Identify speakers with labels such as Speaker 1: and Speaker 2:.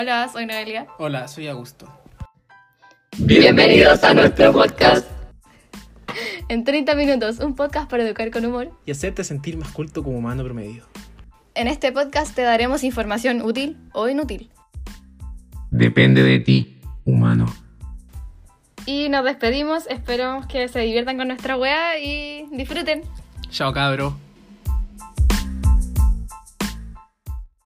Speaker 1: Hola, soy Noelia.
Speaker 2: Hola, soy Augusto.
Speaker 3: Bienvenidos a nuestro podcast.
Speaker 1: En 30 minutos, un podcast para educar con humor.
Speaker 2: Y hacerte sentir más culto como humano promedio.
Speaker 1: En este podcast te daremos información útil o inútil.
Speaker 3: Depende de ti, humano.
Speaker 1: Y nos despedimos, esperamos que se diviertan con nuestra wea y disfruten.
Speaker 2: Chao, cabro.